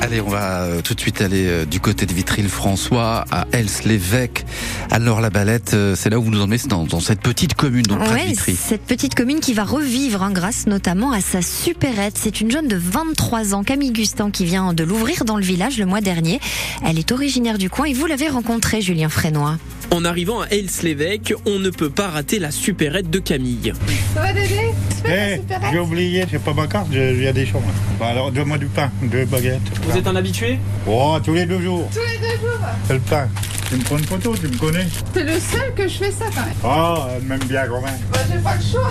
Allez, on va euh, tout de suite aller euh, du côté de Vitry-le-François, à Els-l'Évêque, à Nord-la-Balette. Euh, c'est là où vous nous emmenez, c'est dans, dans cette petite commune, donc près de Ouais, Vitry. cette petite commune qui va revivre hein, grâce notamment à sa supérette. C'est une jeune de 23 ans, Camille Gustan, qui vient de l'ouvrir dans le village le mois dernier. Elle est originaire du coin et vous l'avez rencontrée, Julien Frénois. En arrivant à Ails-l'Évêque, on ne peut pas rater la supérette de Camille. Ça va Dédé Tu fais la Eh, supérette j'ai oublié, j'ai pas ma carte, je je viens des champs. Bah alors, donne-moi du pain, deux baguettes. Vous êtes un habitué Oh, tous les deux jours, Tous les deux jours le pain. Tu me prends une photo, tu me connais C'est le seul que je fais ça quand même. Oh, elle m'aime bien quand même. Bah, j'ai pas le choix.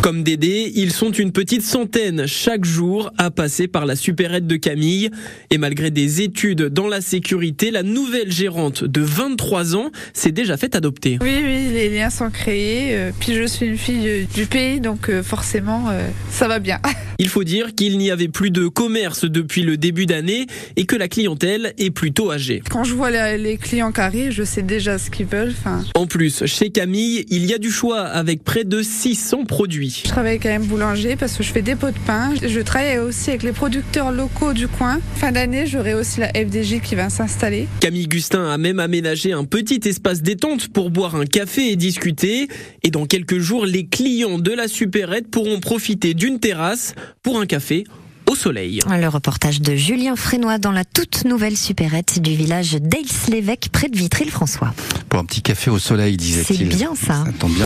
Comme Dédé, ils sont une petite centaine chaque jour à passer par la supérette de Camille. Et malgré des études dans la sécurité, la nouvelle gérante de 23 ans s'est déjà faite adopter. Oui, oui, les liens sont créés. euh, puis je suis une fille euh, du pays, donc euh, forcément, euh, ça va bien. Il faut dire qu'il n'y avait plus de commerce depuis le début d'année et que la clientèle est plutôt âgée. Quand je vois la- les clients qui arrivent, je sais déjà ce qu'ils veulent. Enfin, En plus, chez Camille, il y a du choix avec près de 600 produits. je travaille quand même boulanger parce que je fais des pots de pain. Je travaille aussi avec les producteurs locaux du coin. Fin d'année, j'aurai aussi la FDJ qui va s'installer. Camille Gustin a même aménagé un petit espace détente pour boire un café et discuter. Et dans quelques jours, les clients de la supérette pourront profiter d'une terrasse pour un café au soleil. Le reportage de Julien Frénois dans la toute nouvelle supérette du village d'Ails-l'Évêque près de Vitry-le-François. Pour un petit café au soleil, disait-il. C'est bien ça. Ça tombe bien.